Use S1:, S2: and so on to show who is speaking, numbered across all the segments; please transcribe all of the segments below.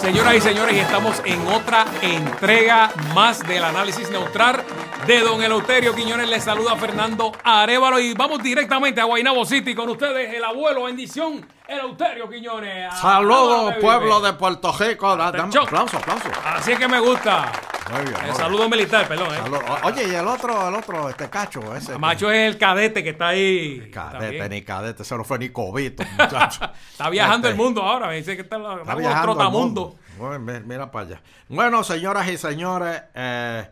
S1: Señoras y señores, y estamos en otra entrega más del análisis neutral de Don Eleuterio Quiñones. Les saluda Fernando Arevalo y vamos directamente a Guaynabo City con ustedes, el abuelo, bendición, Eleuterio Quiñones. Ah,
S2: Ah, Saludos, pueblo de Puerto Rico. Da- dame-
S1: show.
S2: Aplauso, aplauso.
S1: Así es que me gusta.
S2: Muy bien, muy
S1: El
S2: bien.
S1: saludo militar, perdón. eh.
S2: Saludos. O- Oye, y el otro, el otro, este cacho, ese.
S1: Macho es el cadete que está ahí.
S2: Cadete,
S1: también.
S2: ni cadete, se lo fue ni cobito, muchacho.
S1: Está viajando
S2: Este,
S1: el mundo ahora, me dice que está, la-
S2: Está
S1: vamos
S2: viajando al
S1: trotamundo.
S2: mundo. Bueno, mi- mira para allá. Bueno, señoras y señores, eh,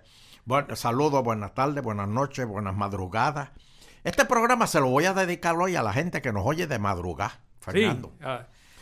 S2: bueno, saludos, buenas tardes, buenas noches, buenas madrugadas. Este programa se lo voy a dedicar hoy a la gente que nos oye de madrugada,
S1: Sí.
S2: Fernando.
S1: ah,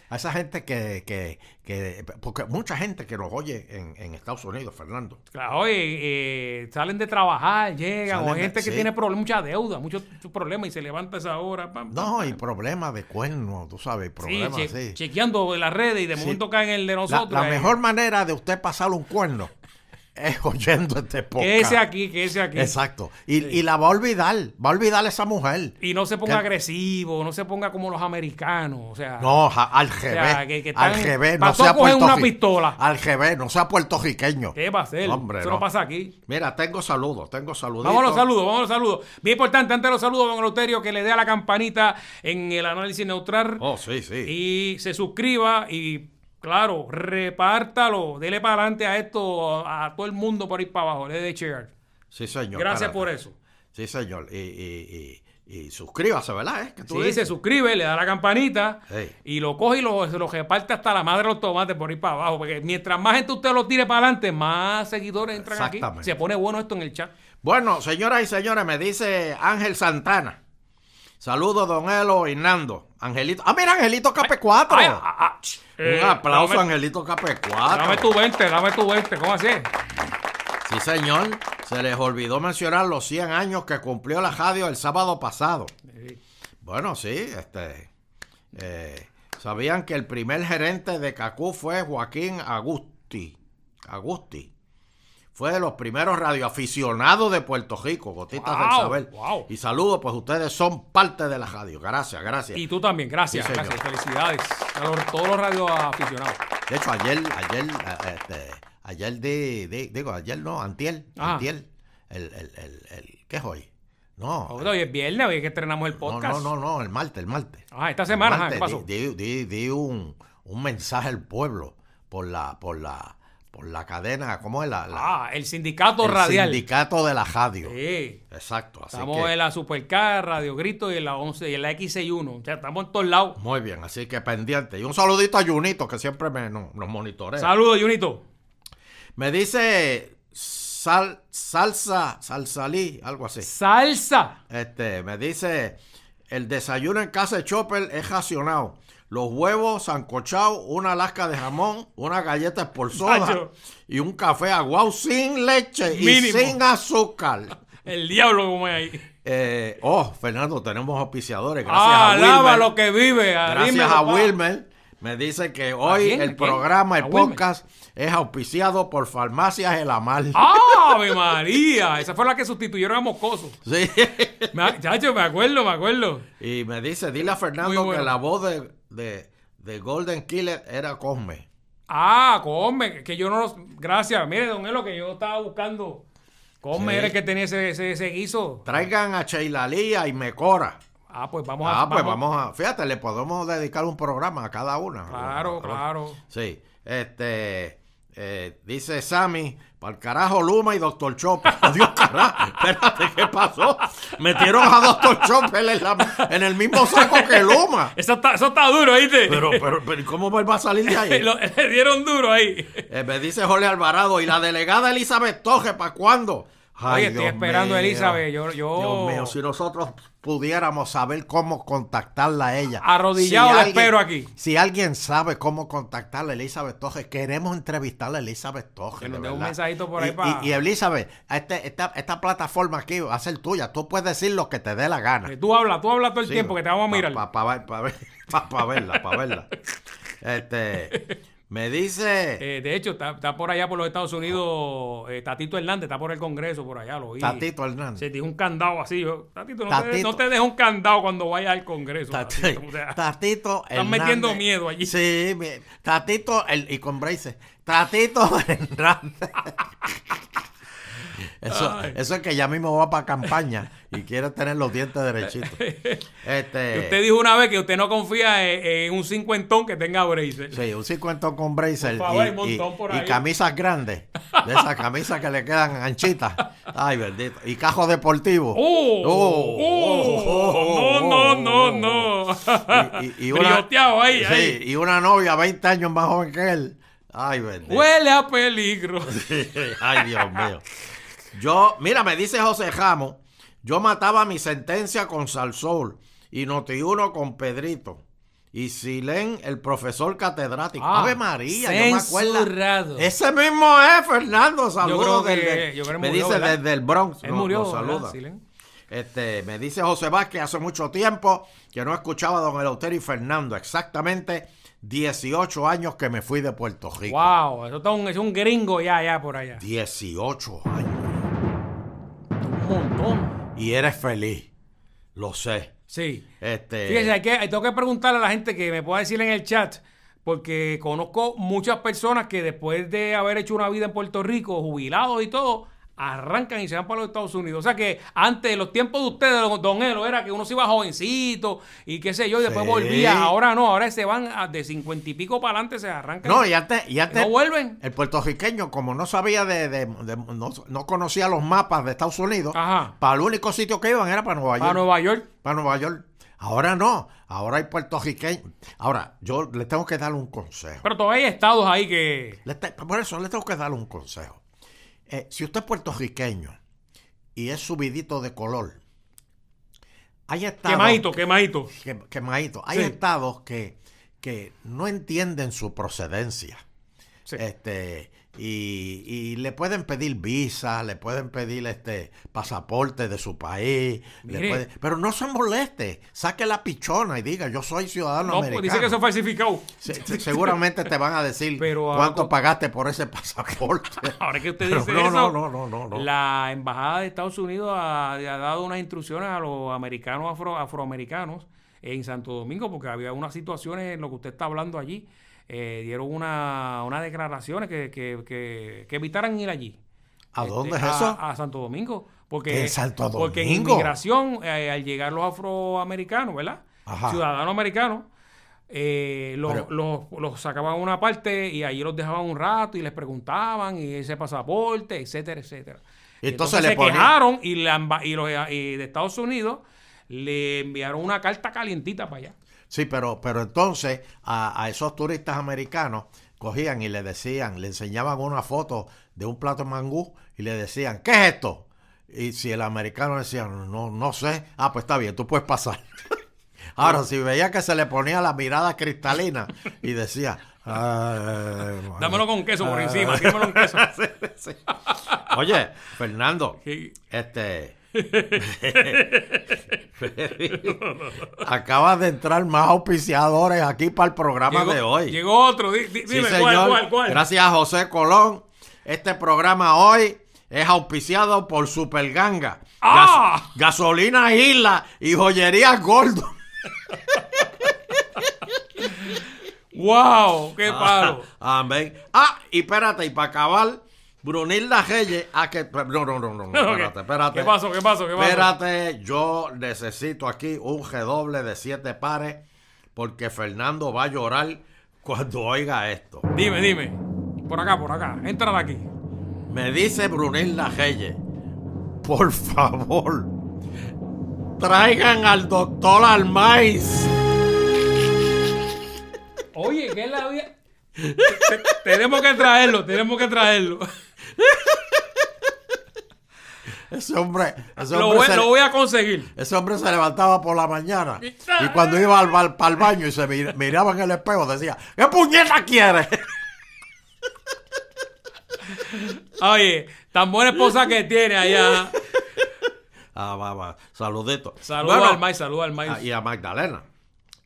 S2: A esa gente que, que, que- porque mucha gente que nos oye en, en Estados Unidos, Fernando.
S1: Claro, oye, eh, salen de trabajar, llegan, o
S2: Salen
S1: hay
S2: de-
S1: gente que
S2: sí.
S1: tiene problemas, mucha deuda, muchos problemas y se levanta a esa hora. pam,
S2: No,
S1: pam,
S2: y
S1: pam.
S2: problemas de cuernos, tú sabes,
S1: Sí,
S2: problemas
S1: che-
S2: así.
S1: chequeando en las redes y de
S2: Sí.
S1: momento caen el de
S2: La,
S1: nosotros. eh,
S2: la
S1: ahí.
S2: mejor manera de usted pasar un cuerno es oyendo este podcast.
S1: Que ese aquí, que ese aquí.
S2: Exacto. Y, y la va a olvidar, va a olvidar esa mujer.
S1: Y no se ponga
S2: Que-
S1: agresivo, no se ponga como los americanos. O sea,
S2: No, ja- al revés.
S1: que- que
S2: al
S1: están-
S2: revés, no
S1: pasó
S2: sea
S1: a coger una
S2: puertorri-
S1: pistola.
S2: Al revés, no sea puertorriqueño.
S1: ¿qué va a hacer?
S2: Hombre,
S1: Eso
S2: no.
S1: no pasa aquí.
S2: Mira, tengo saludos, tengo saludos.
S1: Vamos a los saludos, vamos a los saludos. Bien importante, antes de los saludos, don Eleuterio, que le dé a la campanita en el análisis neutral
S2: Oh, sí, sí.
S1: y se suscriba y, claro, repártalo, dele para adelante a esto, a, a todo el mundo por ir para abajo, le dé share.
S2: Sí, señor.
S1: Gracias
S2: espérate.
S1: por eso.
S2: Sí, señor. Y, y, y, y suscríbase, ¿verdad? Es que tú
S1: Sí,
S2: dices.
S1: se suscribe, le da la campanita
S2: Sí.
S1: y lo coge y lo, se lo reparte hasta la madre de los tomates por ir para abajo. Porque mientras más gente usted lo tire para adelante, más seguidores entran aquí.
S2: Exactamente.
S1: Se pone bueno esto en el chat.
S2: Bueno, señoras y señores, me dice Ángel Santana. Saludos, don Elo y Nando. Angelito. Ah, mira, Angelito KP4.
S1: Ay, ah, ah, ch- eh,
S2: Un aplauso,
S1: dame-
S2: Angelito
S1: Dame
S2: KP4.
S1: tu 20, dame tu 20, ¿cómo así?
S2: Sí, señor. Se les olvidó mencionar los 100 años que cumplió la radio el sábado pasado. Bueno, sí, este. eh, Sabían que el primer gerente de Cacú fue Joaquín Agusti. Agusti. Fue de los primeros radioaficionados de Puerto Rico, gotitas
S1: Wow,
S2: del saber.
S1: wow.
S2: Y saludos, pues ustedes son parte de la radio. Gracias, gracias.
S1: Y tú también, gracias,
S2: Sí, señor.
S1: gracias, felicidades a los- todos los radioaficionados.
S2: De hecho, ayer, ayer, eh, este, ayer di- di- digo, ayer no, antiel,
S1: Ajá.
S2: antiel, el, el, el, el- ¿qué es hoy? No,
S1: Ahora, Hoy es viernes, hoy es que estrenamos el
S2: no,
S1: podcast.
S2: no, no, no, el martes, el martes.
S1: Ah, esta semana,
S2: El
S1: ajá, ¿qué pasó?
S2: Di, di- di un, un mensaje al pueblo por la, por la, por la cadena, ¿cómo es la? la-
S1: Ah, el sindicato
S2: el
S1: radial.
S2: sindicato de la radio.
S1: Sí.
S2: Exacto, así
S1: Estamos
S2: que,
S1: en la Supercar, Radio Grito y en la 11 y en la X61. O sea, estamos en todos lados.
S2: muy bien, así que pendiente. Y un saludito a Junito, que siempre me, no- nos monitorea.
S1: Saludos, Junito.
S2: Me dice sal, salsa, salsalí, algo así.
S1: Salsa.
S2: Este, me dice, el desayuno en casa de Chopper es racionado. Los huevos sancochados, una lasca de jamón, una galleta espolsona
S1: Nacho.
S2: y un café aguau sin leche y
S1: Mínimo.
S2: sin azúcar.
S1: El diablo como es ahí.
S2: Eh, oh, Fernando, tenemos auspiciadores. Gracias
S1: Ah,
S2: a
S1: alaba
S2: Wilmer.
S1: lo que vive.
S2: Gracias
S1: dímelo,
S2: a
S1: pa.
S2: Wilmer. Me dice que hoy
S1: quién? ¿A
S2: el
S1: quién?
S2: programa,
S1: ¿A
S2: el
S1: Wilmer?
S2: podcast, es auspiciado por Farmacias El Amal.
S1: Ah. ¡Ave María! Esa fue la que sustituyeron a Moscoso.
S2: Sí.
S1: Me, ha- chacho, me acuerdo, me acuerdo.
S2: Y me dice, dile a
S1: Muy
S2: Fernando
S1: bueno.
S2: que la voz de, de- de Golden Killer era Cosme.
S1: Ah, come, que yo no los. Gracias. Mire, don Elo, que yo estaba buscando. Come
S2: Sí.
S1: era el que tenía ese, ese, ese guiso.
S2: Traigan a Sheila Lía y Mecora.
S1: Ah, pues vamos a.
S2: Ah, pues vamos a... Fíjate, le podemos dedicar un programa a cada una.
S1: Claro, claro.
S2: Sí. Este... eh, dice Sammy, para el carajo Luma y Doctor Chopper. Adiós, carajo. Espérate, ¿qué pasó? Metieron a Doctor Chopper en, la- en el mismo saco que Luma.
S1: Eso está, eso está duro, ¿viste?
S2: Pero, pero, pero, ¿y ¿cómo va a salir de ahí?
S1: Lo- le dieron duro ahí.
S2: Eh, me dice Jorge Alvarado, ¿y la delegada Elizabeth Toje para cuándo?
S1: Oye, estoy esperando a Elizabeth, yo- yo-
S2: Dios mío, si nosotros pudiéramos saber cómo contactarla a ella.
S1: Arrodillado la espero aquí.
S2: Si alguien sabe cómo contactarla a Elizabeth Toje, queremos entrevistarla a Elizabeth Toje.
S1: Que nos
S2: de
S1: dé un
S2: verdad.
S1: mensajito por ahí
S2: Y-
S1: pa-
S2: Y, y Elizabeth, este- esta, esta plataforma aquí va a ser tuya. Tú puedes decir lo que te dé la gana.
S1: Eh, Tú habla, tú habla todo el tiempo que te vamos a mirar.
S2: Para verla, para verla. Este, Me dice
S1: Eh, de hecho, está, está por allá por los Estados Unidos, eh, Tatito Hernández, está por el Congreso, por allá, lo oí.
S2: Tatito Hernández.
S1: Se dijo un candado así. yo, Tatito, no, Te,
S2: Tatito.
S1: no te dejes un candado cuando vayas al Congreso.
S2: Tat-
S1: Tatito, o sea,
S2: Tatito
S1: están metiendo miedo allí.
S2: Sí, mi- Tatito el, y con braces. Tatito Hernández. Eso,
S1: Ay.
S2: eso es que ya mismo va para campaña y quiere tener los dientes derechitos. Este,
S1: Usted dijo una vez que usted no confía en, en un cincuentón que tenga braces.
S2: Sí, un cincuentón con bracer
S1: Por favor, hay
S2: y,
S1: un montón
S2: y-
S1: por
S2: y
S1: ahí.
S2: camisas grandes. De esas camisas que le quedan anchitas. Ay, bendito. Y cajos deportivos.
S1: ¡Oh!
S2: Oh,
S1: ¡Oh!
S2: oh,
S1: no, no, no,
S2: oh,
S1: no.
S2: Y, y- y una-
S1: Brioteado ahí,
S2: sí,
S1: ahí.
S2: y una novia 20 años más joven que él. Ay, bendito.
S1: Huele a peligro.
S2: Ay, Dios mío. Yo, mira, me dice José Ramos, yo mataba mi sentencia con Salsol y Notiuno con Pedrito. Y Silén, el profesor catedrático.
S1: Ah,
S2: Ave María, yo me acuerdo.
S1: censurado.
S2: Ese mismo es, Fernando.
S1: creo
S2: Saludos
S1: que-
S2: desde-
S1: yo creo que
S2: Me
S1: murió,
S2: dice
S1: ¿verdad?
S2: desde el Bronx.
S1: Él
S2: nos-
S1: murió.
S2: nos
S1: ¿verdad,
S2: saluda.
S1: Silén?
S2: Este, me dice José Vázquez hace mucho tiempo que no escuchaba a don Eleuterio y Fernando. Exactamente 18 años que me fui de Puerto Rico.
S1: Wow, eso está un, es un gringo ya, ya por allá.
S2: 18 años.
S1: Un montón.
S2: Y eres feliz. Lo sé.
S1: Sí.
S2: Este,
S1: Fíjese, hay que, tengo que preguntarle a la gente que me pueda decir en el chat, porque conozco muchas personas que después de haber hecho una vida en Puerto Rico, jubilados y todo, arrancan y se van para los Estados Unidos. O sea que antes, los tiempos de ustedes, don- don Elo, era que uno se iba jovencito y qué sé yo, y después
S2: Sí.
S1: volvía. Ahora no, ahora se van a- de cincuenta y pico para adelante, se arrancan.
S2: No, ya te, ya te-
S1: ¿No vuelven?
S2: El puertorriqueño, como no sabía de, de- de- no, no conocía los mapas de Estados Unidos,
S1: Ajá.
S2: para el único sitio que iban era para Nueva
S1: Para
S2: York.
S1: Nueva York.
S2: para Nueva York. Ahora no, ahora hay puertorriqueños. Ahora, yo le tengo que dar un consejo.
S1: Pero todavía hay estados ahí que...
S2: Le te- por eso le tengo que dar un consejo. Eh, si usted es puertorriqueño y es subidito de color, hay estados,
S1: Quemadito, quemadito.
S2: que- quemadito. hay
S1: Sí.
S2: estados que, que no entienden su procedencia.
S1: Sí.
S2: Este, y, y le pueden pedir visa, le pueden pedir este pasaporte de su país, le
S1: Mire.
S2: pueden- pero no se moleste, saque la pichona y diga yo soy ciudadano
S1: No, pues,
S2: americano.
S1: dice que eso es falsificado.
S2: Se- se- seguramente te van a decir
S1: Pero ahora
S2: cuánto
S1: con-
S2: pagaste por ese pasaporte.
S1: Ahora que usted
S2: Pero
S1: dice
S2: no,
S1: eso,
S2: no, no, no, no, no.
S1: la embajada de Estados Unidos ha, ha dado unas instrucciones a los americanos, afro- afroamericanos en Santo Domingo, porque había unas situaciones en lo que usted está hablando allí. eh, dieron una- unas declaraciones que, que- que- que evitaran ir allí.
S2: ¿A
S1: Este,
S2: dónde es eso?
S1: A, Santo Domingo. Porque,
S2: ¿En Santo
S1: porque en
S2: Domingo?
S1: inmigración, eh, al llegar los afroamericanos, ¿verdad?
S2: Ajá.
S1: Ciudadanos americanos, eh, los,
S2: Pero-
S1: los- los sacaban a una parte y allí los dejaban un rato y les preguntaban y ese pasaporte, etcétera, etcétera.
S2: Y entonces le
S1: se
S2: ponían-
S1: quejaron y, la emba- y los eh, de Estados Unidos le enviaron una carta calientita para allá.
S2: Sí, pero, pero entonces a, a esos turistas americanos cogían y le decían, le enseñaban una foto de un plato de mangú y le decían, ¿qué es esto? Y si el americano decía, no, no sé, ah, pues está bien, tú puedes pasar. Ahora, si veía que se le ponía la mirada cristalina y decía, "Ah, "Ay, bueno". ah,
S1: Dámelo con queso por encima, dámelo con queso.
S2: Sí. Oye, Fernando,
S1: Sí.
S2: este. Acabas de entrar más auspiciadores aquí para el programa de hoy.
S1: llegó otro, di- di-
S2: Sí,
S1: dime
S2: señor.
S1: cuál, cuál, cuál.
S2: Gracias a José Colón. Este programa hoy es auspiciado por Superganga. Gas-
S1: ¡Ah!
S2: gasolina Isla y joyería Gordo.
S1: ¡Wow! ¡Qué
S2: Ah.
S1: palo!
S2: Amén. Ah, y espérate, y para acabar, Brunilda Reyes, ah, que, no, no, no, no, no, espérate, espérate.
S1: ¿Qué pasó? ¿Qué pasó? ¿Qué pasó?
S2: Espérate, yo necesito aquí un redoble de siete pares porque Fernando va a llorar cuando oiga esto.
S1: Dime, dime. Por acá, por acá. Entra aquí.
S2: Me dice Brunilda Reyes, por favor, traigan al doctor Almais.
S1: Oye, ¿qué es la vida? Te- tenemos que traerlo, tenemos que traerlo.
S2: Ese hombre, ese
S1: Lo
S2: hombre
S1: voy,
S2: se-
S1: lo voy a conseguir.
S2: Ese hombre se levantaba por la mañana
S1: Y-
S2: y cuando iba al, ba- pa'l baño y se mir- miraba en el espejo decía, ¿qué puñeta quieres?
S1: Oye, tan buena esposa que tiene allá.
S2: Ah, va, va. Saludito.
S1: Saludos
S2: Bueno,
S1: al maíz, saludos al
S2: ah,
S1: maíz.
S2: Y a Magdalena.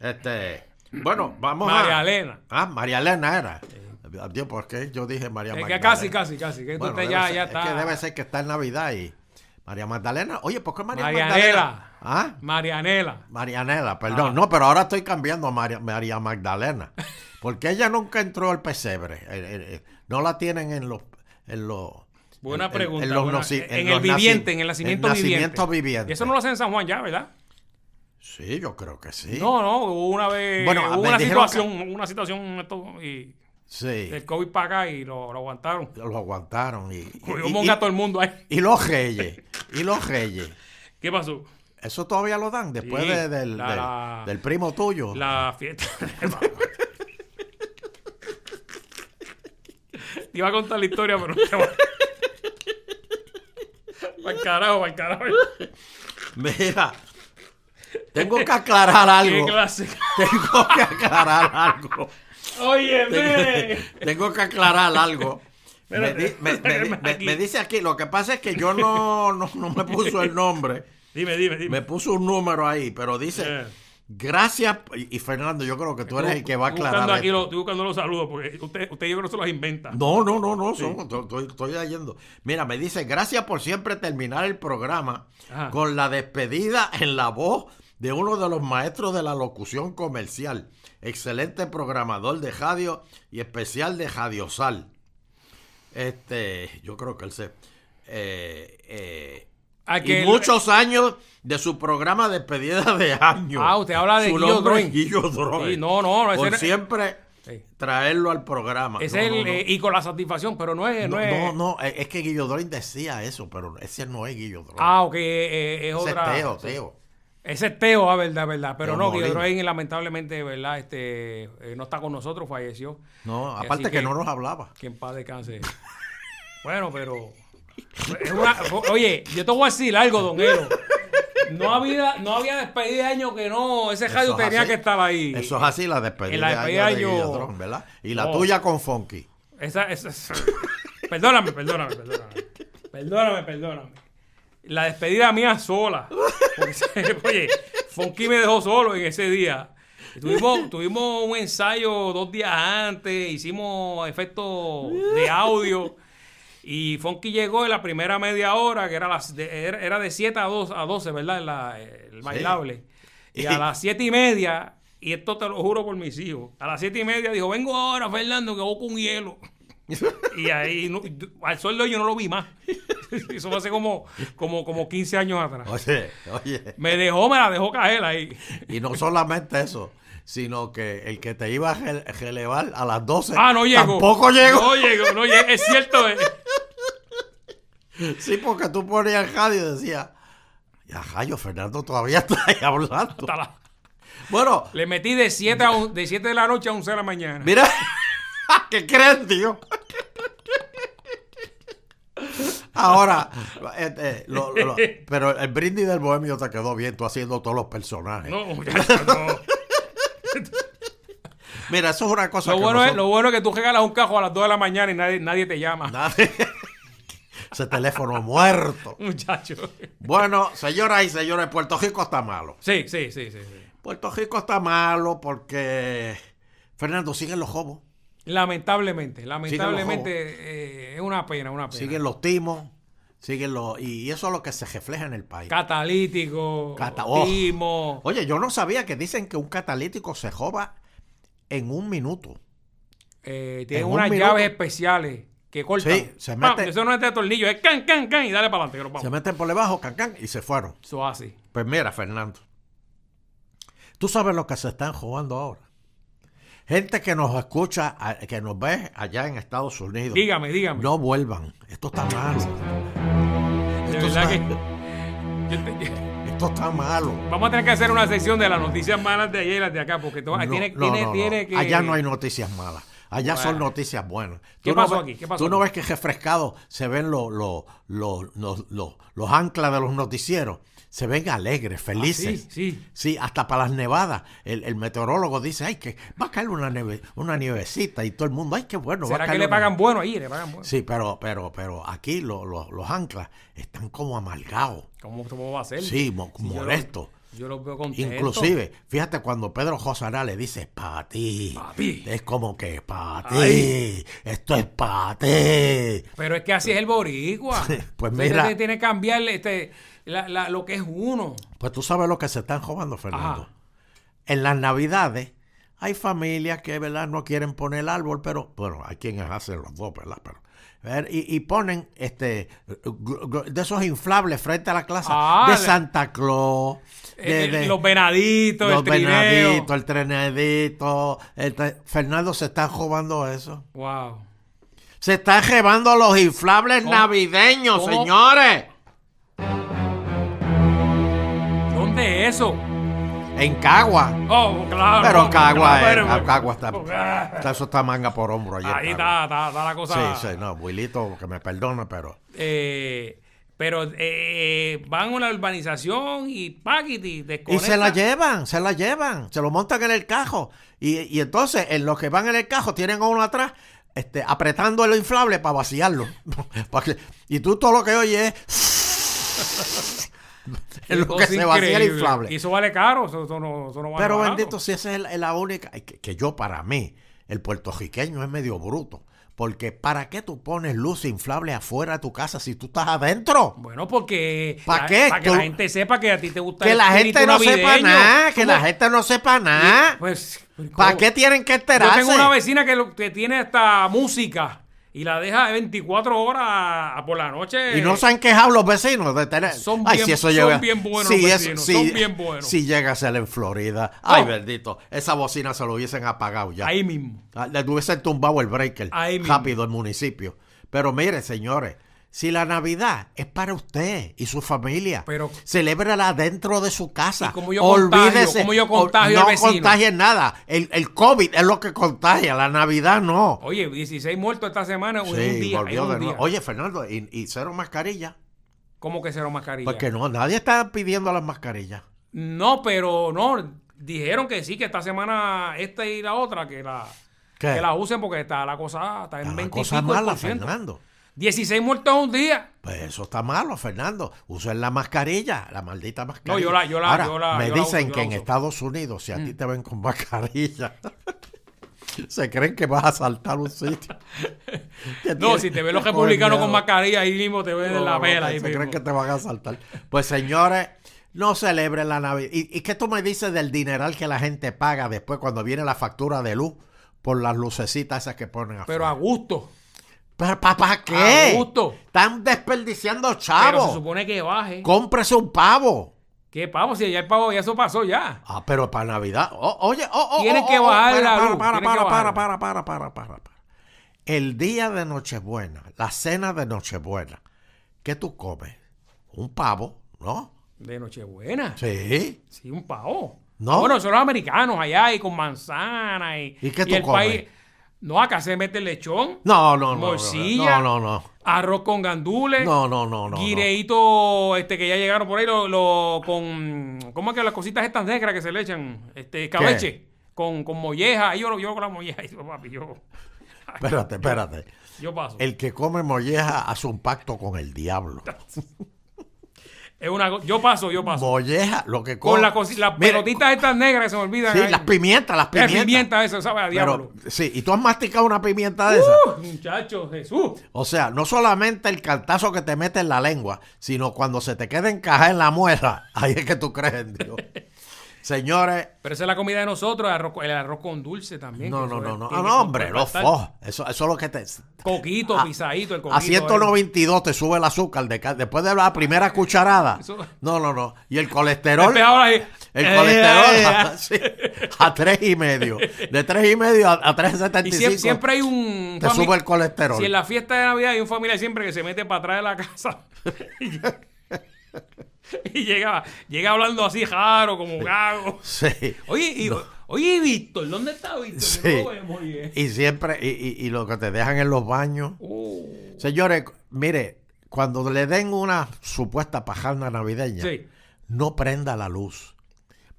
S2: Este, bueno, vamos a...
S1: María Elena.
S2: Ah, María Elena era. Dios, ¿por qué? Yo dije María
S1: Es que
S2: Magdalena.
S1: casi, casi, casi. Que
S2: Bueno,
S1: usted
S2: debe
S1: ya,
S2: ser-
S1: ya
S2: es
S1: está.
S2: que debe ser que está en Navidad y María Magdalena. Oye, ¿por qué María
S1: Marianela.
S2: Magdalena? ¿Ah?
S1: Marianela.
S2: Marianela,
S1: Ah.
S2: perdón. No, pero ahora estoy cambiando a María, María Magdalena. Porque ella nunca entró al pesebre. Eh, eh, eh, no la tienen en los... En los
S1: Buena
S2: en- en-
S1: pregunta.
S2: En, los
S1: buena-
S2: noci-
S1: en
S2: los
S1: el viviente,
S2: naci-
S1: en el nacimiento,
S2: nacimiento viviente.
S1: Eso no lo hacen en San Juan ya, ¿verdad?
S2: Sí, yo creo que sí.
S1: No, no, hubo una vez,
S2: Bueno,
S1: hubo
S2: me
S1: una
S2: dijeron
S1: situación, una situación esto, y
S2: Sí,
S1: el COVID para acá y lo, lo aguantaron.
S2: lo aguantaron. Y, y,
S1: Cogió
S2: y-
S1: monga todo el mundo ahí.
S2: y los reyes. Y los reyes.
S1: ¿Qué pasó?
S2: Eso todavía lo dan después
S1: Sí,
S2: de- del,
S1: la-
S2: del-
S1: la-
S2: del primo tuyo.
S1: La fiesta. Te iba a contar la historia, pero no te voy a- Pa'l carajo, pa'l carajo.
S2: Mira, tengo que aclarar
S1: Qué
S2: algo.
S1: clase.
S2: Tengo que aclarar algo.
S1: Óyeme.
S2: Tengo que aclarar algo. Me,
S1: Espérate,
S2: di- me- me di-
S1: espérame
S2: me-
S1: aquí.
S2: me dice aquí, lo que pasa es que yo no, no, no me puso el nombre,
S1: Dime, dime,
S2: me
S1: dime.
S2: puso un número ahí, pero dice,
S1: Eh.
S2: gracias, y, y Fernando, yo creo que tú eres el que va a
S1: Estoy buscando
S2: aclarar.
S1: aquí
S2: esto.
S1: los- estoy buscando los saludos porque usted, usted yo creo que se los inventa.
S2: No, no, no, no, son- to- to- estoy leyendo. Mira, me dice, gracias por siempre terminar el programa
S1: Ajá.
S2: con la despedida en la voz de uno de los maestros de la locución comercial, excelente programador de radio y especial de radiosal. Este, yo creo que él se... eh, eh,
S1: A
S2: y
S1: que-
S2: muchos años de su programa despedida de año.
S1: Ah, usted habla de
S2: Su
S1: Guillo
S2: nombre es
S1: Droin.
S2: Guillo Droin.
S1: Sí, no, no, no, ese
S2: Por
S1: era-
S2: siempre
S1: Sí.
S2: traerlo al programa.
S1: Es
S2: No,
S1: el,
S2: no, no.
S1: eh, y con la satisfacción, pero no es. No,
S2: No,
S1: es-
S2: no, no, eh, es que Guillo Dorin decía eso, pero ese no es Guillo Dorin.
S1: Ah, ok, eh, eh, es
S2: ese
S1: otra.
S2: es Teo, Teo.
S1: Ese es Teo, ah, verdad, verdad. Pero
S2: Teo
S1: no,
S2: Molina.
S1: Guillermo Droin, lamentablemente, ¿verdad? Este, eh, no está con nosotros, falleció.
S2: No,
S1: Así
S2: aparte que, no nos hablaba.
S1: Que en paz descanse. bueno, pero. es una- oye, yo te voy a decir algo, don Elo. No había, no había despedida de año que no. Ese radio
S2: Eso es
S1: tenía
S2: así.
S1: que estar ahí.
S2: Eso es así, la despedida,
S1: En la despedida
S2: de Guillo
S1: yo- Oh.
S2: Dorin, ¿verdad? Y la
S1: No.
S2: tuya con Fonky.
S1: Esa, esa, esa- Perdóname, perdóname, perdóname. Perdóname, perdóname. La despedida mía sola. Porque, se- oye, Fonky me dejó solo en ese día. Tuvimos, tuvimos un ensayo dos días antes, hicimos efectos de audio. Y Fonky llegó en la primera media hora, que era, las, de, era, era de 7 a, 2, a 12, ¿verdad? En la- el bailable. Y a las 7 y media, y esto te lo juro por mis hijos, a las 7 y media dijo, vengo ahora, Fernando, que busco un hielo. y ahí, no- al sol de hoy yo no lo vi más. Eso fue hace como, como, como 15 años atrás.
S2: Oye, oye.
S1: Me dejó, me la dejó caer ahí.
S2: Y no solamente eso, sino que el que te iba a rele- relevar a las 12
S1: Ah, no llegó.
S2: tampoco llegó.
S1: No llegó, no llegó. Es cierto, eh.
S2: Sí, porque tú ponías el radio y decías, ya, Jayo, Fernando todavía está ahí hablando.
S1: Hasta la-
S2: Bueno,
S1: le metí de 7 a un- de, 7 de la noche a 11 de la mañana.
S2: Mira, ¿qué creen, tío? Ahora, eh, eh, lo- lo- pero el brindis del bohemio te quedó bien, tú haciendo todos los personajes.
S1: No, muchacho, no.
S2: Mira, eso es una cosa
S1: Lo
S2: que
S1: bueno, es, lo
S2: nosotros-
S1: bueno es que tú regalas un cajo a las 2 de la mañana y nadie, nadie te llama.
S2: Nadie- Ese teléfono muerto.
S1: Muchacho.
S2: Bueno, señoras y señores, Puerto Rico está malo.
S1: Sí, sí, sí, sí. sí.
S2: Puerto Rico está malo porque, Fernando, siguen los hobos,
S1: Lamentablemente, lamentablemente eh, es una pena, una pena.
S2: siguen los timos, siguen los... Y eso es lo que se refleja en el país.
S1: Catalítico,
S2: Cata- oh.
S1: timo.
S2: Oye, yo no sabía que dicen que un catalítico se joba en un minuto.
S1: eh, tienen
S2: En un
S1: unas
S2: minuto.
S1: llaves especiales que cortan.
S2: Sí, se
S1: Pam,
S2: mete-
S1: Eso no es de tornillo, es can, can, can y dale para adelante. que nos
S2: Se
S1: vamos.
S2: meten por debajo, cancán, y se fueron.
S1: Eso así.
S2: Pues mira, Fernando. Tú sabes lo que se están jugando ahora. Gente que nos escucha, a- que nos ve allá en Estados Unidos.
S1: Dígame, dígame.
S2: No vuelvan. Esto está malo.
S1: de
S2: Esto
S1: verdad
S2: está,
S1: que. yo te-
S2: esto está malo.
S1: Vamos a tener que hacer una sección de las noticias malas de ayer y las de acá, porque todas-
S2: No,
S1: tiene,
S2: no,
S1: tiene-
S2: no, no.
S1: tiene que. Ah,
S2: Allá no hay noticias malas. Allá son
S1: Bueno.
S2: noticias buenas.
S1: ¿Qué
S2: Tú no
S1: pasó
S2: ves-
S1: aquí? ¿Qué pasó
S2: Tú no
S1: aquí?
S2: ves que refrescados se ven los los los- los- los- los anclas de los noticieros. Se ven alegres, felices.
S1: ¿Ah, sí, sí.
S2: hasta para las nevadas. El, el meteorólogo dice, ay, que va a caer una, nieve, una nievecita y todo el mundo, ay, qué bueno. va a
S1: ¿Será que
S2: caer
S1: le
S2: una-
S1: pagan bueno ahí? Le pagan bueno.
S2: Sí, pero, pero, pero aquí lo- lo- los anclas están como amargados.
S1: ¿Cómo, cómo va a ser?
S2: Sí, mo-
S1: yo lo-
S2: molesto.
S1: Yo los veo contentos.
S2: Inclusive, fíjate cuando Pedro Josará le dice para ti.
S1: Pa' ti.
S2: Es como que para
S1: Ay.
S2: ti. Esto es para ti.
S1: Pero es que así es el boricua.
S2: Pues
S1: Usted
S2: mira.
S1: tiene- tiene que cambiar este, la- la- lo que es uno.
S2: Pues tú sabes lo que se están robando, Fernando.
S1: Ajá.
S2: En las navidades hay familias que, ¿verdad? No quieren poner el árbol, pero, bueno, hay quienes hacen los dos, ¿verdad? Pero, ver, y, y ponen este gl- gl- de esos inflables frente a la clase
S1: Ah,
S2: de
S1: le-
S2: Santa Claus, de,
S1: El-
S2: de-
S1: los venaditos, el
S2: los
S1: trineo.
S2: venaditos, el trenadito. el tre- Fernando se está robando eso.
S1: Wow.
S2: Se están llevando los inflables
S1: ¿Cómo?
S2: navideños,
S1: ¿Cómo?
S2: señores.
S1: ¿Dónde es eso?
S2: En Cagua.
S1: Oh, claro.
S2: Pero Cagua,
S1: claro,
S2: eh,
S1: pero-
S2: Cagua está,
S1: Ah,
S2: está- Eso está manga por hombro ayer.
S1: Ahí
S2: cabrón.
S1: está, está, está la cosa.
S2: Sí, sí, no, abuelito, que me perdone, pero.
S1: Eh, pero eh, van a una urbanización y paquiti,
S2: Y se la llevan, se la llevan, se lo montan en el cajo. Y, y entonces, en los que van en el cajo, tienen a uno atrás, este, apretando el inflable para vaciarlo. Pa' que- y tú todo lo que oyes es. es lo que se vacía el inflable.
S1: Y eso vale caro, eso, eso no, eso no vale
S2: Pero
S1: barato.
S2: bendito, si esa es la- la única. ay, Que, que yo, para mí, el puertorriqueño es medio bruto. Porque, ¿para qué tú pones luz inflable afuera de tu casa si tú estás adentro?
S1: Bueno, porque.
S2: ¿Pa
S1: la-
S2: qué?
S1: Para que
S2: Tú-
S1: la gente sepa que a ti te gusta
S2: Que
S1: el
S2: la
S1: espíritu
S2: gente no sepa
S1: navideño.
S2: nada, que la
S1: ¿Cómo?
S2: gente no sepa nada.
S1: Pues, ¿cómo?
S2: ¿Para qué tienen que
S1: Yo
S2: enterarse?
S1: tengo una vecina que, lo- que tiene hasta música y la deja de 24 horas a- a por la noche.
S2: Y no se han quejado los vecinos de tener.
S1: Son
S2: ay,
S1: bien-
S2: si eso
S1: son
S2: llega.
S1: bien buenos
S2: si
S1: los
S2: eso-
S1: vecinos,
S2: si-
S1: son bien buenos.
S2: Si llega a ser en Florida. Ay,
S1: Oh.
S2: bendito. Esa bocina se lo hubiesen apagado ya.
S1: Ahí mismo.
S2: Ah, Le hubiesen tumbado el breaker
S1: Ahí mismo.
S2: rápido el municipio. Pero mire, señores, si la Navidad es para usted y su familia,
S1: Pero-
S2: celébrala dentro de su casa.
S1: ¿Y cómo yo contagio?
S2: Olvídese.
S1: ¿Cómo yo
S2: o-
S1: contagio al
S2: no
S1: vecino?
S2: contagien nada. El, el COVID es lo que contagia. La Navidad no.
S1: Oye, 16 muertos esta semana. en
S2: Sí,
S1: un día,
S2: volvió
S1: en un
S2: de nuevo.
S1: día.
S2: Oye, Fernando, y, y cero mascarilla.
S1: ¿Cómo que cero mascarilla?
S2: Porque no, nadie está pidiendo las mascarillas.
S1: No, pero no. Dijeron que sí, que esta semana esta y la otra, que la,
S2: ¿Qué?
S1: que la usen porque está la cosa está en
S2: Está
S1: 20
S2: la
S1: y
S2: cosa
S1: pico el
S2: mala,
S1: por ciento.
S2: Fernando.
S1: 16 muertos en un día.
S2: Pues eso está malo, Fernando. Usen la mascarilla, la maldita mascarilla.
S1: yo la- yo la-
S2: Ahora,
S1: yo la-
S2: me
S1: yo la
S2: dicen
S1: uso, yo
S2: que
S1: la
S2: en
S1: uso.
S2: Estados Unidos, si a ti te ven con mascarilla, se creen que vas a saltar un sitio. Que
S1: No,
S2: tiene-
S1: si te ven los
S2: cogen
S1: republicanos
S2: miedo.
S1: con mascarilla, ahí mismo te ven en la
S2: No, no,
S1: vela.
S2: se
S1: ahí
S2: creen
S1: mismo.
S2: que te van a saltar. Pues señores, no celebren la Navidad. ¿Y, y qué tú me dices del dineral que la gente paga después cuando viene la factura de luz por las lucecitas esas que ponen
S1: Pero a
S2: afuera?
S1: gusto.
S2: ¿Pero pa- ¿Para qué?
S1: A gusto.
S2: Están desperdiciando
S1: Pero se
S2: chavos.
S1: supone que baje.
S2: Cómprese un pavo.
S1: ¿Qué pavo? Si ya el pavo ya eso pasó ya.
S2: Ah, pero para Navidad. O- oye, oh, oh,
S1: Tienen
S2: oh,
S1: que
S2: oh, oh,
S1: bajar
S2: para,
S1: la
S2: para,
S1: luz, tienen
S2: Para,
S1: que
S2: para, para,
S1: bajarla.
S2: para, para, para, para, para. El día de Nochebuena, la cena de Nochebuena, ¿qué tú comes? Un pavo, ¿no?
S1: De Nochebuena. Sí,
S2: Sí.
S1: un pavo.
S2: No.
S1: Bueno, son los americanos allá y con manzana y.
S2: ¿Y qué tú comes?
S1: No, acá se mete el lechón,
S2: No, no, no, no.
S1: Morcilla.
S2: No, no, no.
S1: arroz con gandules.
S2: No, no, no, no. no.
S1: guineíto, este que ya llegaron por ahí, lo, lo- con. ¿Cómo es que las cositas estas negras que se le echan? Este, cabeche. Con, con molleja. Ahí Yo, yo con la molleja. Yo, papi, yo,
S2: Espérate, espérate.
S1: yo paso.
S2: El que come molleja hace un pacto con el diablo.
S1: Es una, go- yo paso, yo paso.
S2: Molleja, lo que come.
S1: Con las cosi- las
S2: Mira,
S1: pelotitas estas negras que se me olvidan.
S2: Sí,
S1: ahí.
S2: las pimientas, las
S1: Es
S2: pimientas.
S1: pimienta eso, sabe a diablo.
S2: Pero, sí, y tú has masticado una pimienta de esa.
S1: Uh, muchacho, Jesús.
S2: O sea, no solamente el cartazo que te mete en la lengua, sino cuando se te queda encajada en la muela. Ahí es que tú crees en Dios. Señores,
S1: Pero esa es la comida de nosotros, el arroz, el arroz con dulce también.
S2: no,
S1: que
S2: no,
S1: eso
S2: no,
S1: es-
S2: no. Ah,
S1: tiene que-
S2: no, Ah, hombre,
S1: puede
S2: los
S1: estar
S2: fos. Eso, eso es lo que te.
S1: Coquito,
S2: A-
S1: pisadito, el coquito.
S2: A 192 te sube el azúcar de ca- después de la primera cucharada.
S1: Eso-
S2: No, no, no. Y el
S1: eh.
S2: colesterol.
S1: Después ahora ahí.
S2: El
S1: Eh, eh,
S2: colesterol
S1: eh.
S2: sí, a tres y medio. De tres y medio a, a
S1: Y
S2: 3.75.
S1: siempre, siempre hay un.
S2: te
S1: fami-
S2: sube el colesterol.
S1: Si en la fiesta de Navidad hay un familiar siempre que se mete para atrás de la casa. y llega, llega hablando así, raro, como gago.
S2: Sí.
S1: Oye, y, oye, Víctor, ¿dónde está Víctor? Que
S2: Sí.
S1: No lo vemos, oye.
S2: Y siempre, y, y- y lo que te dejan en los baños.
S1: Uh,
S2: Señores, mire, cuando le den una supuesta pajana navideña,
S1: Sí.
S2: no prenda la luz.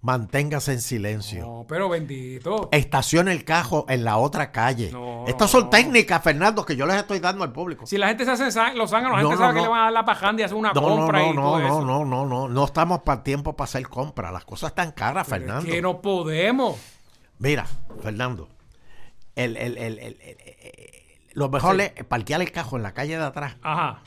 S2: manténgase en silencio.
S1: No, pero bendito.
S2: Estacione el cajo en la otra calle.
S1: No,
S2: Estas
S1: no.
S2: son técnicas, Fernando, que yo les estoy dando al público.
S1: Si la gente se hace sa- los ánganos, la
S2: No,
S1: gente
S2: no,
S1: sabe que
S2: no.
S1: le van a dar la pajanda y hacer una
S2: No, no,
S1: compra
S2: no,
S1: y
S2: no,
S1: todo eso.
S2: no, no, no, no. No estamos para tiempo para hacer compras. Las cosas están caras,
S1: Pero es
S2: Fernando.
S1: que no podemos.
S2: Mira, Fernando, el, el- el- el- el- el- lo mejor es parquear el cajo en la calle de atrás.
S1: Ajá.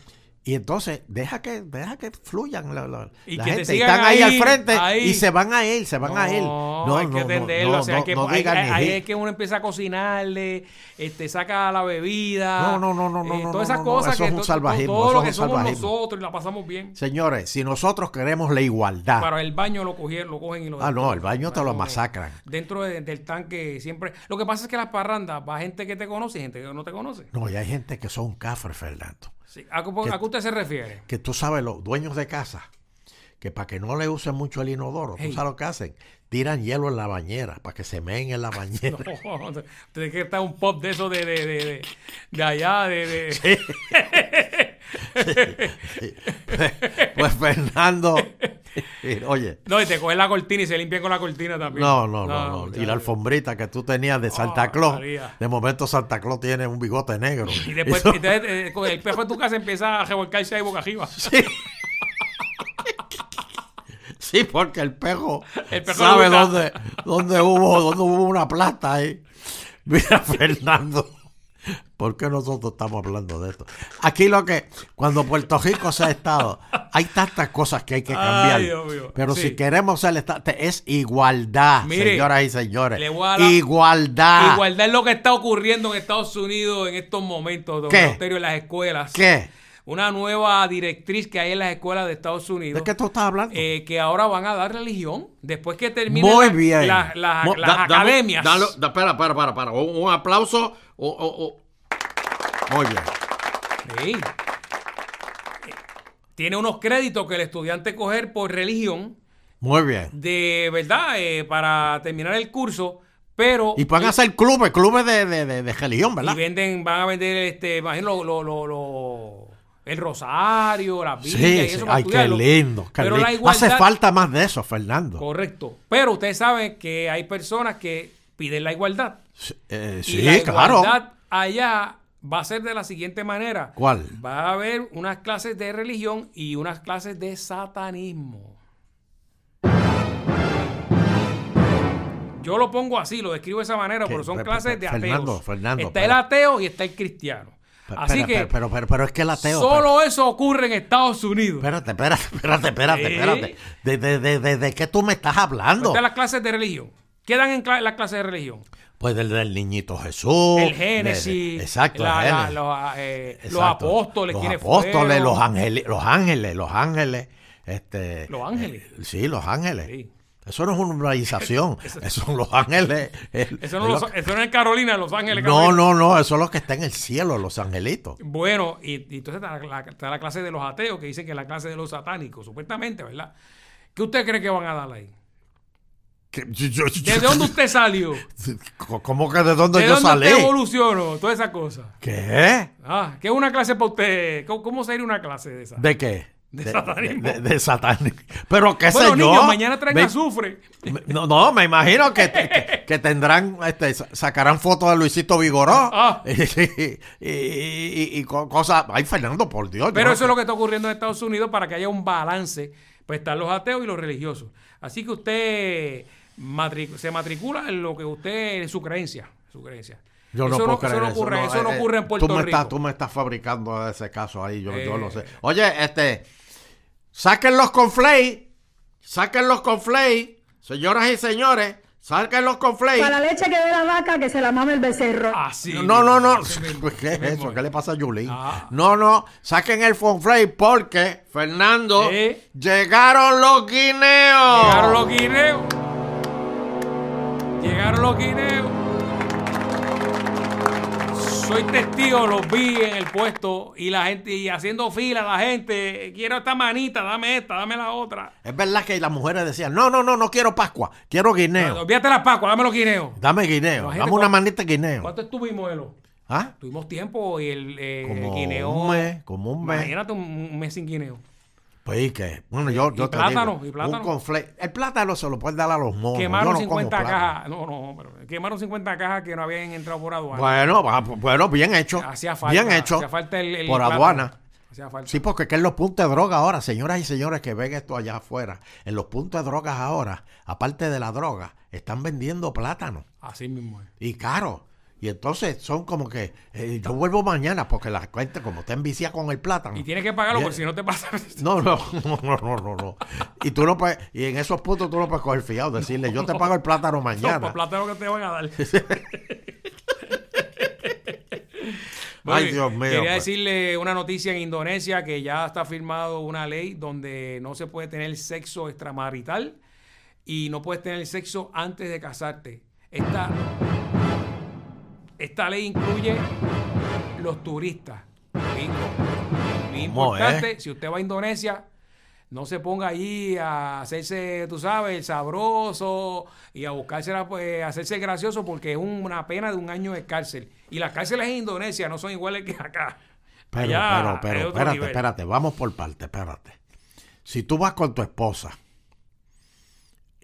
S2: Y entonces deja que, deja que fluyan la, la-
S1: Y
S2: la
S1: que te
S2: gente. Y
S1: sigan
S2: están ahí,
S1: ahí,
S2: al frente
S1: ahí.
S2: y se van a él, se van a él. No,
S1: hay
S2: no,
S1: que
S2: no,
S1: entenderlo.
S2: no,
S1: o sea, hay
S2: no,
S1: que,
S2: no
S1: hay-
S2: digan
S1: hay-
S2: ni
S1: ahí
S2: je.
S1: es que uno empieza a cocinarle, este, saca la bebida. eh,
S2: No, no, no, no, no, no,
S1: Todas esas
S2: no, no,
S1: cosas
S2: eso
S1: que
S2: es un
S1: to-
S2: salvajismo,
S1: todo
S2: eso
S1: lo
S2: es
S1: que
S2: un
S1: somos
S2: salvajismo.
S1: nosotros y la pasamos bien.
S2: Señores, si nosotros queremos la igualdad,
S1: Para el baño lo cogieron, lo cogen y lo
S2: Ah, no, el baño te
S1: no.
S2: lo masacran.
S1: Dentro de- del tanque siempre. Lo que pasa es que las parrandas va gente que te conoce y gente que no te conoce.
S2: no, y hay gente que son cafres, Fernando.
S1: Sí, ¿A, qué- a qué usted se refiere?
S2: que tú sabes, los dueños de casa, que para que no le usen mucho el inodoro,
S1: Ey.
S2: tú sabes lo que hacen, tiran hielo en la bañera, para que se meen en la bañera.
S1: No, tiene que estar un pop de eso de, de, de, de, de allá, de, de-
S2: pues Fernando, oye,
S1: No, y te cogen la cortina y se limpian con la cortina también. Ah,
S2: no, no, no, no.
S1: ya.
S2: Y la alfombrita que tú tenías de
S1: Ah,
S2: Santa Claus,
S1: María.
S2: de momento Santa Claus tiene un bigote negro.
S1: Y después
S2: Eso-
S1: entonces, eh, con el espejo de tu casa empieza a revolcarse ahí boca arriba.
S2: sí. Sí, porque el pejo,
S1: El pejo
S2: sabe
S1: nunca-
S2: dónde, dónde hubo, dónde hubo una plata ahí. Mira, Fernando, ¿por qué nosotros estamos hablando de esto? Aquí lo que, cuando Puerto Rico se ha estado, hay tantas cosas que hay que
S1: Ay,
S2: cambiar.
S1: Dios mío.
S2: Pero
S1: Sí.
S2: si queremos ser el estado, es igualdad,
S1: Mire,
S2: señoras y señores.
S1: le voy a dar-
S2: Igualdad.
S1: Igualdad es lo que está ocurriendo en Estados Unidos en estos momentos, don
S2: ¿Qué?
S1: Eleuterio, en las escuelas.
S2: ¿Qué?
S1: Una nueva directriz que hay en las escuelas de Estados Unidos.
S2: ¿De qué tú estás hablando?
S1: eh, que ahora van a dar religión después que terminen
S2: Muy
S1: la-
S2: bien.
S1: la- la-
S2: Mo-
S1: las
S2: da- dame-
S1: academias.
S2: dalo- da- espera, para, para, para. Un, un aplauso. o- o- o- Muy bien.
S1: Sí. Eh, Tiene unos créditos que el estudiante coger por religión,
S2: Muy bien.
S1: de verdad, eh, para terminar el curso, pero...
S2: Y van a hacer clubes, clubes de, de, de, de religión,
S1: y
S2: ¿verdad?
S1: venden, van a vender, este, imagino, lo, lo- lo- lo- el rosario, las
S2: Sí,
S1: Biblias y
S2: sí.
S1: eso para
S2: Ay, qué
S1: estudiarlo.
S2: lindo. qué
S1: Pero
S2: lindo.
S1: la igualdad...
S2: Hace falta más de eso, Fernando.
S1: Correcto. Pero ustedes saben que hay personas que piden la igualdad.
S2: Sí, eh,
S1: Y
S2: sí,
S1: la
S2: claro.
S1: igualdad allá va a ser de la siguiente manera.
S2: ¿Cuál?
S1: Va a haber unas clases de religión y unas clases de satanismo. Yo lo pongo así, lo describo de esa manera,
S2: ¿Qué?
S1: pero son
S2: Pe- pe-
S1: clases
S2: pe-
S1: de
S2: Fernando,
S1: ateos.
S2: Fernando,
S1: está
S2: pero-
S1: el ateo y está el cristiano.
S2: Pe-
S1: Así
S2: espera,
S1: que
S2: Pero, pero, pero, pero es que el ateo.
S1: solo eso ocurre en Estados Unidos.
S2: Espérate, espérate, espérate, espérate,
S1: Sí. Pues
S2: espérate. ¿De, de, de, de, de qué tú me estás hablando?
S1: Están las clases de religión. Quedan en cla- las clases de religión.
S2: Pues del, del niñito Jesús.
S1: el
S2: Oh, de-
S1: Génesis,
S2: de- exacto, el
S1: la- la-
S2: Génesis.
S1: los, eh, los
S2: Exacto.
S1: apóstoles,
S2: los
S1: quienes
S2: apóstoles,
S1: fueron.
S2: los ángeles, los ángeles, los ángeles, este,
S1: Los ángeles.
S2: eh, sí, los ángeles.
S1: Sí.
S2: Eso no es una urbanización, esos son los ángeles. el-
S1: Eso no,
S2: el-
S1: lo so- eso no es en Carolina, en Los Ángeles.
S2: no,
S1: Carolina.
S2: no, no, eso es lo que está en el cielo, los angelitos.
S1: Bueno, y, y entonces está la, está la clase de los ateos que dicen que es la clase de los satánicos, supuestamente, ¿verdad? ¿Qué usted cree que van a dar ahí?
S2: Que- yo- yo- yo-
S1: ¿Desde dónde usted salió?
S2: ¿Cómo que de dónde
S1: ¿De
S2: yo
S1: dónde
S2: salí?
S1: usted evolucionó? Todas esas cosas.
S2: ¿Qué?
S1: Ah, ¿qué es una clase para usted? ¿Cómo, cómo sería una clase de esa?
S2: ¿De qué?
S1: De satanismo.
S2: de- de satanismo. Pero qué
S1: bueno,
S2: sé yo.
S1: niños, mañana traen
S2: Ve-
S1: azufre.
S2: Me- No, no, me imagino que, te- que, que tendrán, este, sa- sacarán fotos de Luisito Vigoró
S1: Ah.
S2: y, y- y- y co- cosas. Ay, Fernando, por Dios.
S1: Pero
S2: yo-
S1: eso es lo que está ocurriendo en Estados Unidos para que haya un balance. Pues están los ateos y los religiosos. Así que usted matric- se matricula en lo que usted, en su creencia. Su creencia.
S2: yo
S1: eso,
S2: puedo
S1: eso
S2: creer
S1: no ocurre, eso, no
S2: eh,
S1: ocurre en Puerto
S2: tú me
S1: Rico.
S2: Estás, tú me estás fabricando ese caso ahí, yo, yo
S1: Eh.
S2: lo sé. Oye, este, saquen los conflay, saquen los conflay, señoras y señores, saquen los conflay.
S3: Para la leche que dé la vaca, que se la mame el becerro.
S1: Así.
S2: No, no, no.
S1: Así mismo,
S2: Pues, ¿Qué es
S1: así mismo.
S2: eso? ¿Qué le pasa a Yulín?
S1: Ah.
S2: No, no. Saquen el Fonfrey porque, Fernando,
S1: ¿Eh?
S2: llegaron los guineos.
S1: Llegaron los guineos. Llegaron los guineos. Soy testigo, los vi en el puesto y la gente, y haciendo fila la gente, quiero esta manita, dame esta, dame la otra.
S2: Es verdad que las mujeres decían, no, no, no, no quiero Pascua, quiero
S1: No,
S2: guineo.
S1: Olvídate las Pascuas, dame los guineos.
S2: Dame
S1: No,
S2: guineo,
S1: gente,
S2: dame una
S1: ¿cuál-
S2: manita de guineo.
S1: ¿Cuánto estuvimos, Elo?
S2: ¿Ah?
S1: Tuvimos tiempo y el, eh,
S2: Como
S1: el guineo.
S2: un mes, como un mes.
S1: Imagínate un, un mes sin guineo.
S2: Pues y que, bueno, yo,
S1: Y
S2: yo te
S1: plátano,
S2: digo,
S1: y plátano.
S2: un confle- el plátano se lo puedes dar a los monos.
S1: Quemaron
S2: yo no como
S1: 50
S2: plátano.
S1: cajas. No, no, pero quemaron 50 cajas que no habían entrado por aduana.
S2: Bueno, va, bueno, bien hecho.
S1: hacía falta.
S2: bien hecho.
S1: Hacía falta el, el
S2: por
S1: plátano.
S2: aduana.
S1: Hacía falta.
S2: Sí, porque que en los puntos de droga ahora, señoras y señores que ven esto allá afuera, en los puntos de drogas ahora, aparte de la droga, están vendiendo plátano
S1: Así mismo es.
S2: y caro. Y entonces son como que eh, yo vuelvo mañana porque la gente como está enviciada con el plátano.
S1: Y tienes que pagarlo
S2: Bien.
S1: porque si no te pasa.
S2: No, no, no, no, no, no, no. Y tú no puedes, y en esos puntos tú no puedes coger fiado, decirle, yo te pago el plátano
S1: No,
S2: mañana.
S1: para plátano que te van a dar.
S2: Ay,
S1: Bueno,
S2: Dios mío.
S1: Quería
S2: pues.
S1: decirle una noticia en Indonesia que ya está firmado una ley donde no se puede tener sexo extramarital y no puedes tener sexo antes de casarte. Esta, esta ley incluye los turistas. Bien- bien
S2: ¿Cómo es?
S1: importante, si usted va a Indonesia, no se ponga ahí a hacerse, tú sabes, el sabroso y a buscarse, pues, a hacerse el gracioso porque es una pena de un año de cárcel. Y las cárceles en Indonesia no son iguales que acá.
S2: Pero,
S1: Allá
S2: pero,
S1: es
S2: pero,
S1: otro
S2: espérate,
S1: nivel.
S2: espérate, vamos por parte, espérate. Si tú vas con tu esposa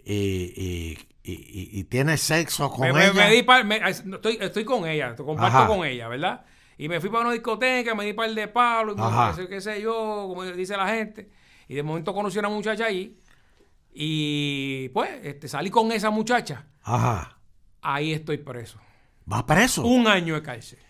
S2: y, y, y, y- y tienes sexo con
S1: Me, me-
S2: ella,
S1: me di par- me- estoy, estoy con ella, te comparto
S2: Ajá.
S1: con ella, ¿verdad? Y me fui para una discoteca, me di par de palos, y me-
S2: Ajá.
S1: qué sé- qué sé yo, como dice la gente. Y de momento conocí a una muchacha ahí y pues este, salí con esa muchacha.
S2: ajá,
S1: Ahí estoy preso.
S2: vas preso.
S1: Un año de cárcel.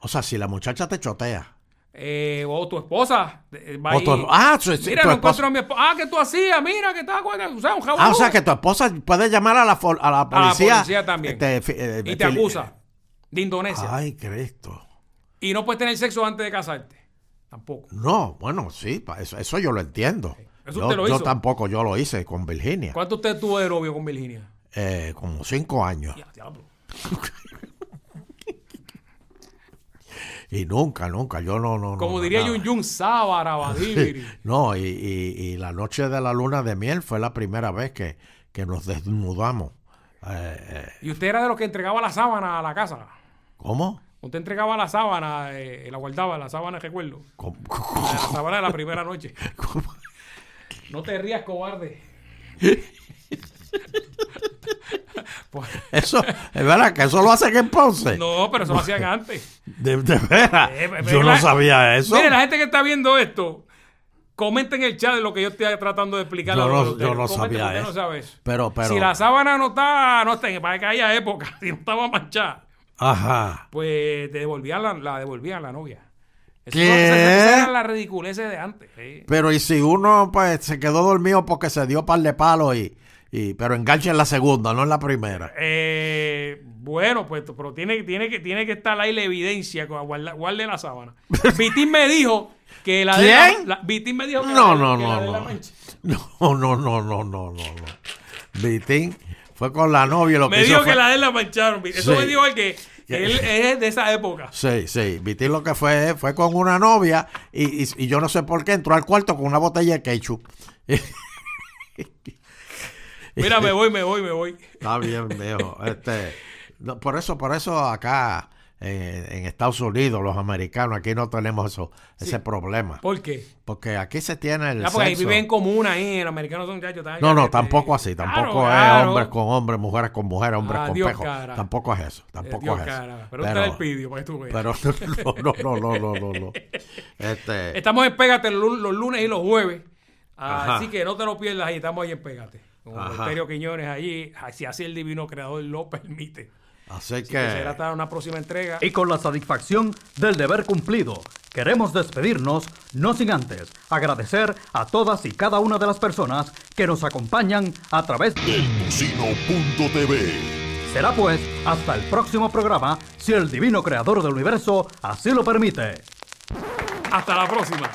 S2: O sea, si la muchacha te chotea.
S1: Eh, o tu esposa. eh, va
S2: O tu-
S1: ahí.
S2: ah, su- su-
S1: mira,
S2: tu
S1: no
S2: esposa.
S1: encuentro a mi esposa. Ah, que tú hacías, mira, que estaba con o sea, un
S2: Ah, o sea
S1: jabulú.
S2: que tu esposa puede llamar a la, fol- a la policía.
S1: policía también.
S2: este, fi- eh,
S1: Y te
S2: fili-
S1: acusa de Indonesia.
S2: Ay, Cristo.
S1: Y no puedes tener sexo antes de casarte. Tampoco.
S2: No, bueno, sí, pa- eso, eso yo lo entiendo.
S1: Eso
S2: yo,
S1: usted lo
S2: yo
S1: hizo.
S2: tampoco, yo lo hice con Virginia.
S1: ¿Cuánto usted tuvo de novio con Virginia?
S2: Eh, como cinco años.
S1: Ya, diablo.
S2: Y nunca, nunca, yo no, no, no.
S1: Como
S2: no,
S1: diría
S2: nada.
S1: Yun Yun, Sábara, Badibiri.
S2: No, y, y- y la noche de la luna de miel fue la primera vez que, que nos desnudamos. Eh, eh,
S1: Y usted era de los que entregaba la sábana a la casa.
S2: ¿Cómo?
S1: Usted entregaba la sábana, eh, la guardaba, la sábana, recuerdo.
S2: ¿Cómo?
S1: La sábana de la primera noche. No te rías, cobarde.
S2: Eso, es verdad que eso lo hacen en Ponce.
S1: Pues, No, pero eso lo hacían antes.
S2: De, de veras.
S1: Eh, eh,
S2: yo no
S1: la-
S2: sabía eso.
S1: Mire, la gente que está viendo esto, comenten en el chat lo que yo estoy tratando de explicar.
S2: Yo
S1: a
S2: no-
S1: los de
S2: yo no
S1: ustedes. Comenten,
S2: sabía
S1: usted
S2: eso.
S1: no sabe eso.
S2: Pero, pero.
S1: Si la sábana no está, no está, para que haya época, si no estaba manchada.
S2: Ajá.
S1: pues te devolvían la, la devolvían la novia. Eso
S2: ¿Qué?
S1: no- esa- esa era la ridiculez de antes. sí.
S2: Pero, ¿y si uno pues, se quedó dormido porque se dio par de palos y. y- pero engancha en la segunda, no en la primera.
S1: Eh, bueno, pues, pero tiene, tiene, que, tiene que estar ahí la evidencia, con- guarda- guarde la sábana. Vitín me dijo que la de
S2: ¿Quién?
S1: la, la- Vitín me dijo que la,
S2: No,
S1: de-
S2: no,
S1: que la
S2: no,
S1: de la
S2: no.
S1: mancha.
S2: No, no, no, no, no, no, no. Vitín fue con la novia y lo
S1: Me
S2: que hizo
S1: dijo que
S2: fue-
S1: la de él la mancharon. Eso
S2: Sí.
S1: me dijo el que que él es de esa época.
S2: Sí, sí. Vitín lo que fue fue con una novia y, y- y yo no sé por qué entró al cuarto con una botella de ketchup.
S1: Mira, me voy, me voy, me voy.
S2: Está bien, viejo. Este, no, por eso, por eso acá eh, en Estados Unidos, los americanos, aquí no tenemos eso, ese problema.
S1: ¿Por qué?
S2: Porque aquí se tiene el
S1: Ah, porque ahí
S2: sexo.
S1: viven en común ahí, los americanos son muchachos. están-
S2: No, no,
S1: este,
S2: tampoco así,
S1: claro,
S2: tampoco es
S1: claro.
S2: hombres con hombres, mujeres con mujeres, hombres con
S1: Dios,
S2: pejos.
S1: cara.
S2: Tampoco es eso,
S1: Eh,
S2: tampoco
S1: Dios,
S2: es eso.
S1: cara, Pero, usted le pidió para que tú veas.
S2: pero no, no, no, no, no, no. Este,
S1: Estamos en Pégate los lu- los lunes y los jueves.
S2: Ajá.
S1: Así que no te lo pierdas ahí. Estamos ahí en Pégate. Con
S2: Ajá.
S1: Eleuterio Quiñones allí. Si así el divino creador lo permite.
S2: Así
S1: Que será
S2: que
S1: hasta una próxima entrega.
S4: Y con la satisfacción del deber cumplido, queremos despedirnos, no sin antes agradecer a todas y cada una de las personas que nos acompañan a través de...
S5: Deltucino.tv
S4: Será pues hasta el próximo programa, si el divino creador del universo así lo permite.
S1: Hasta la próxima.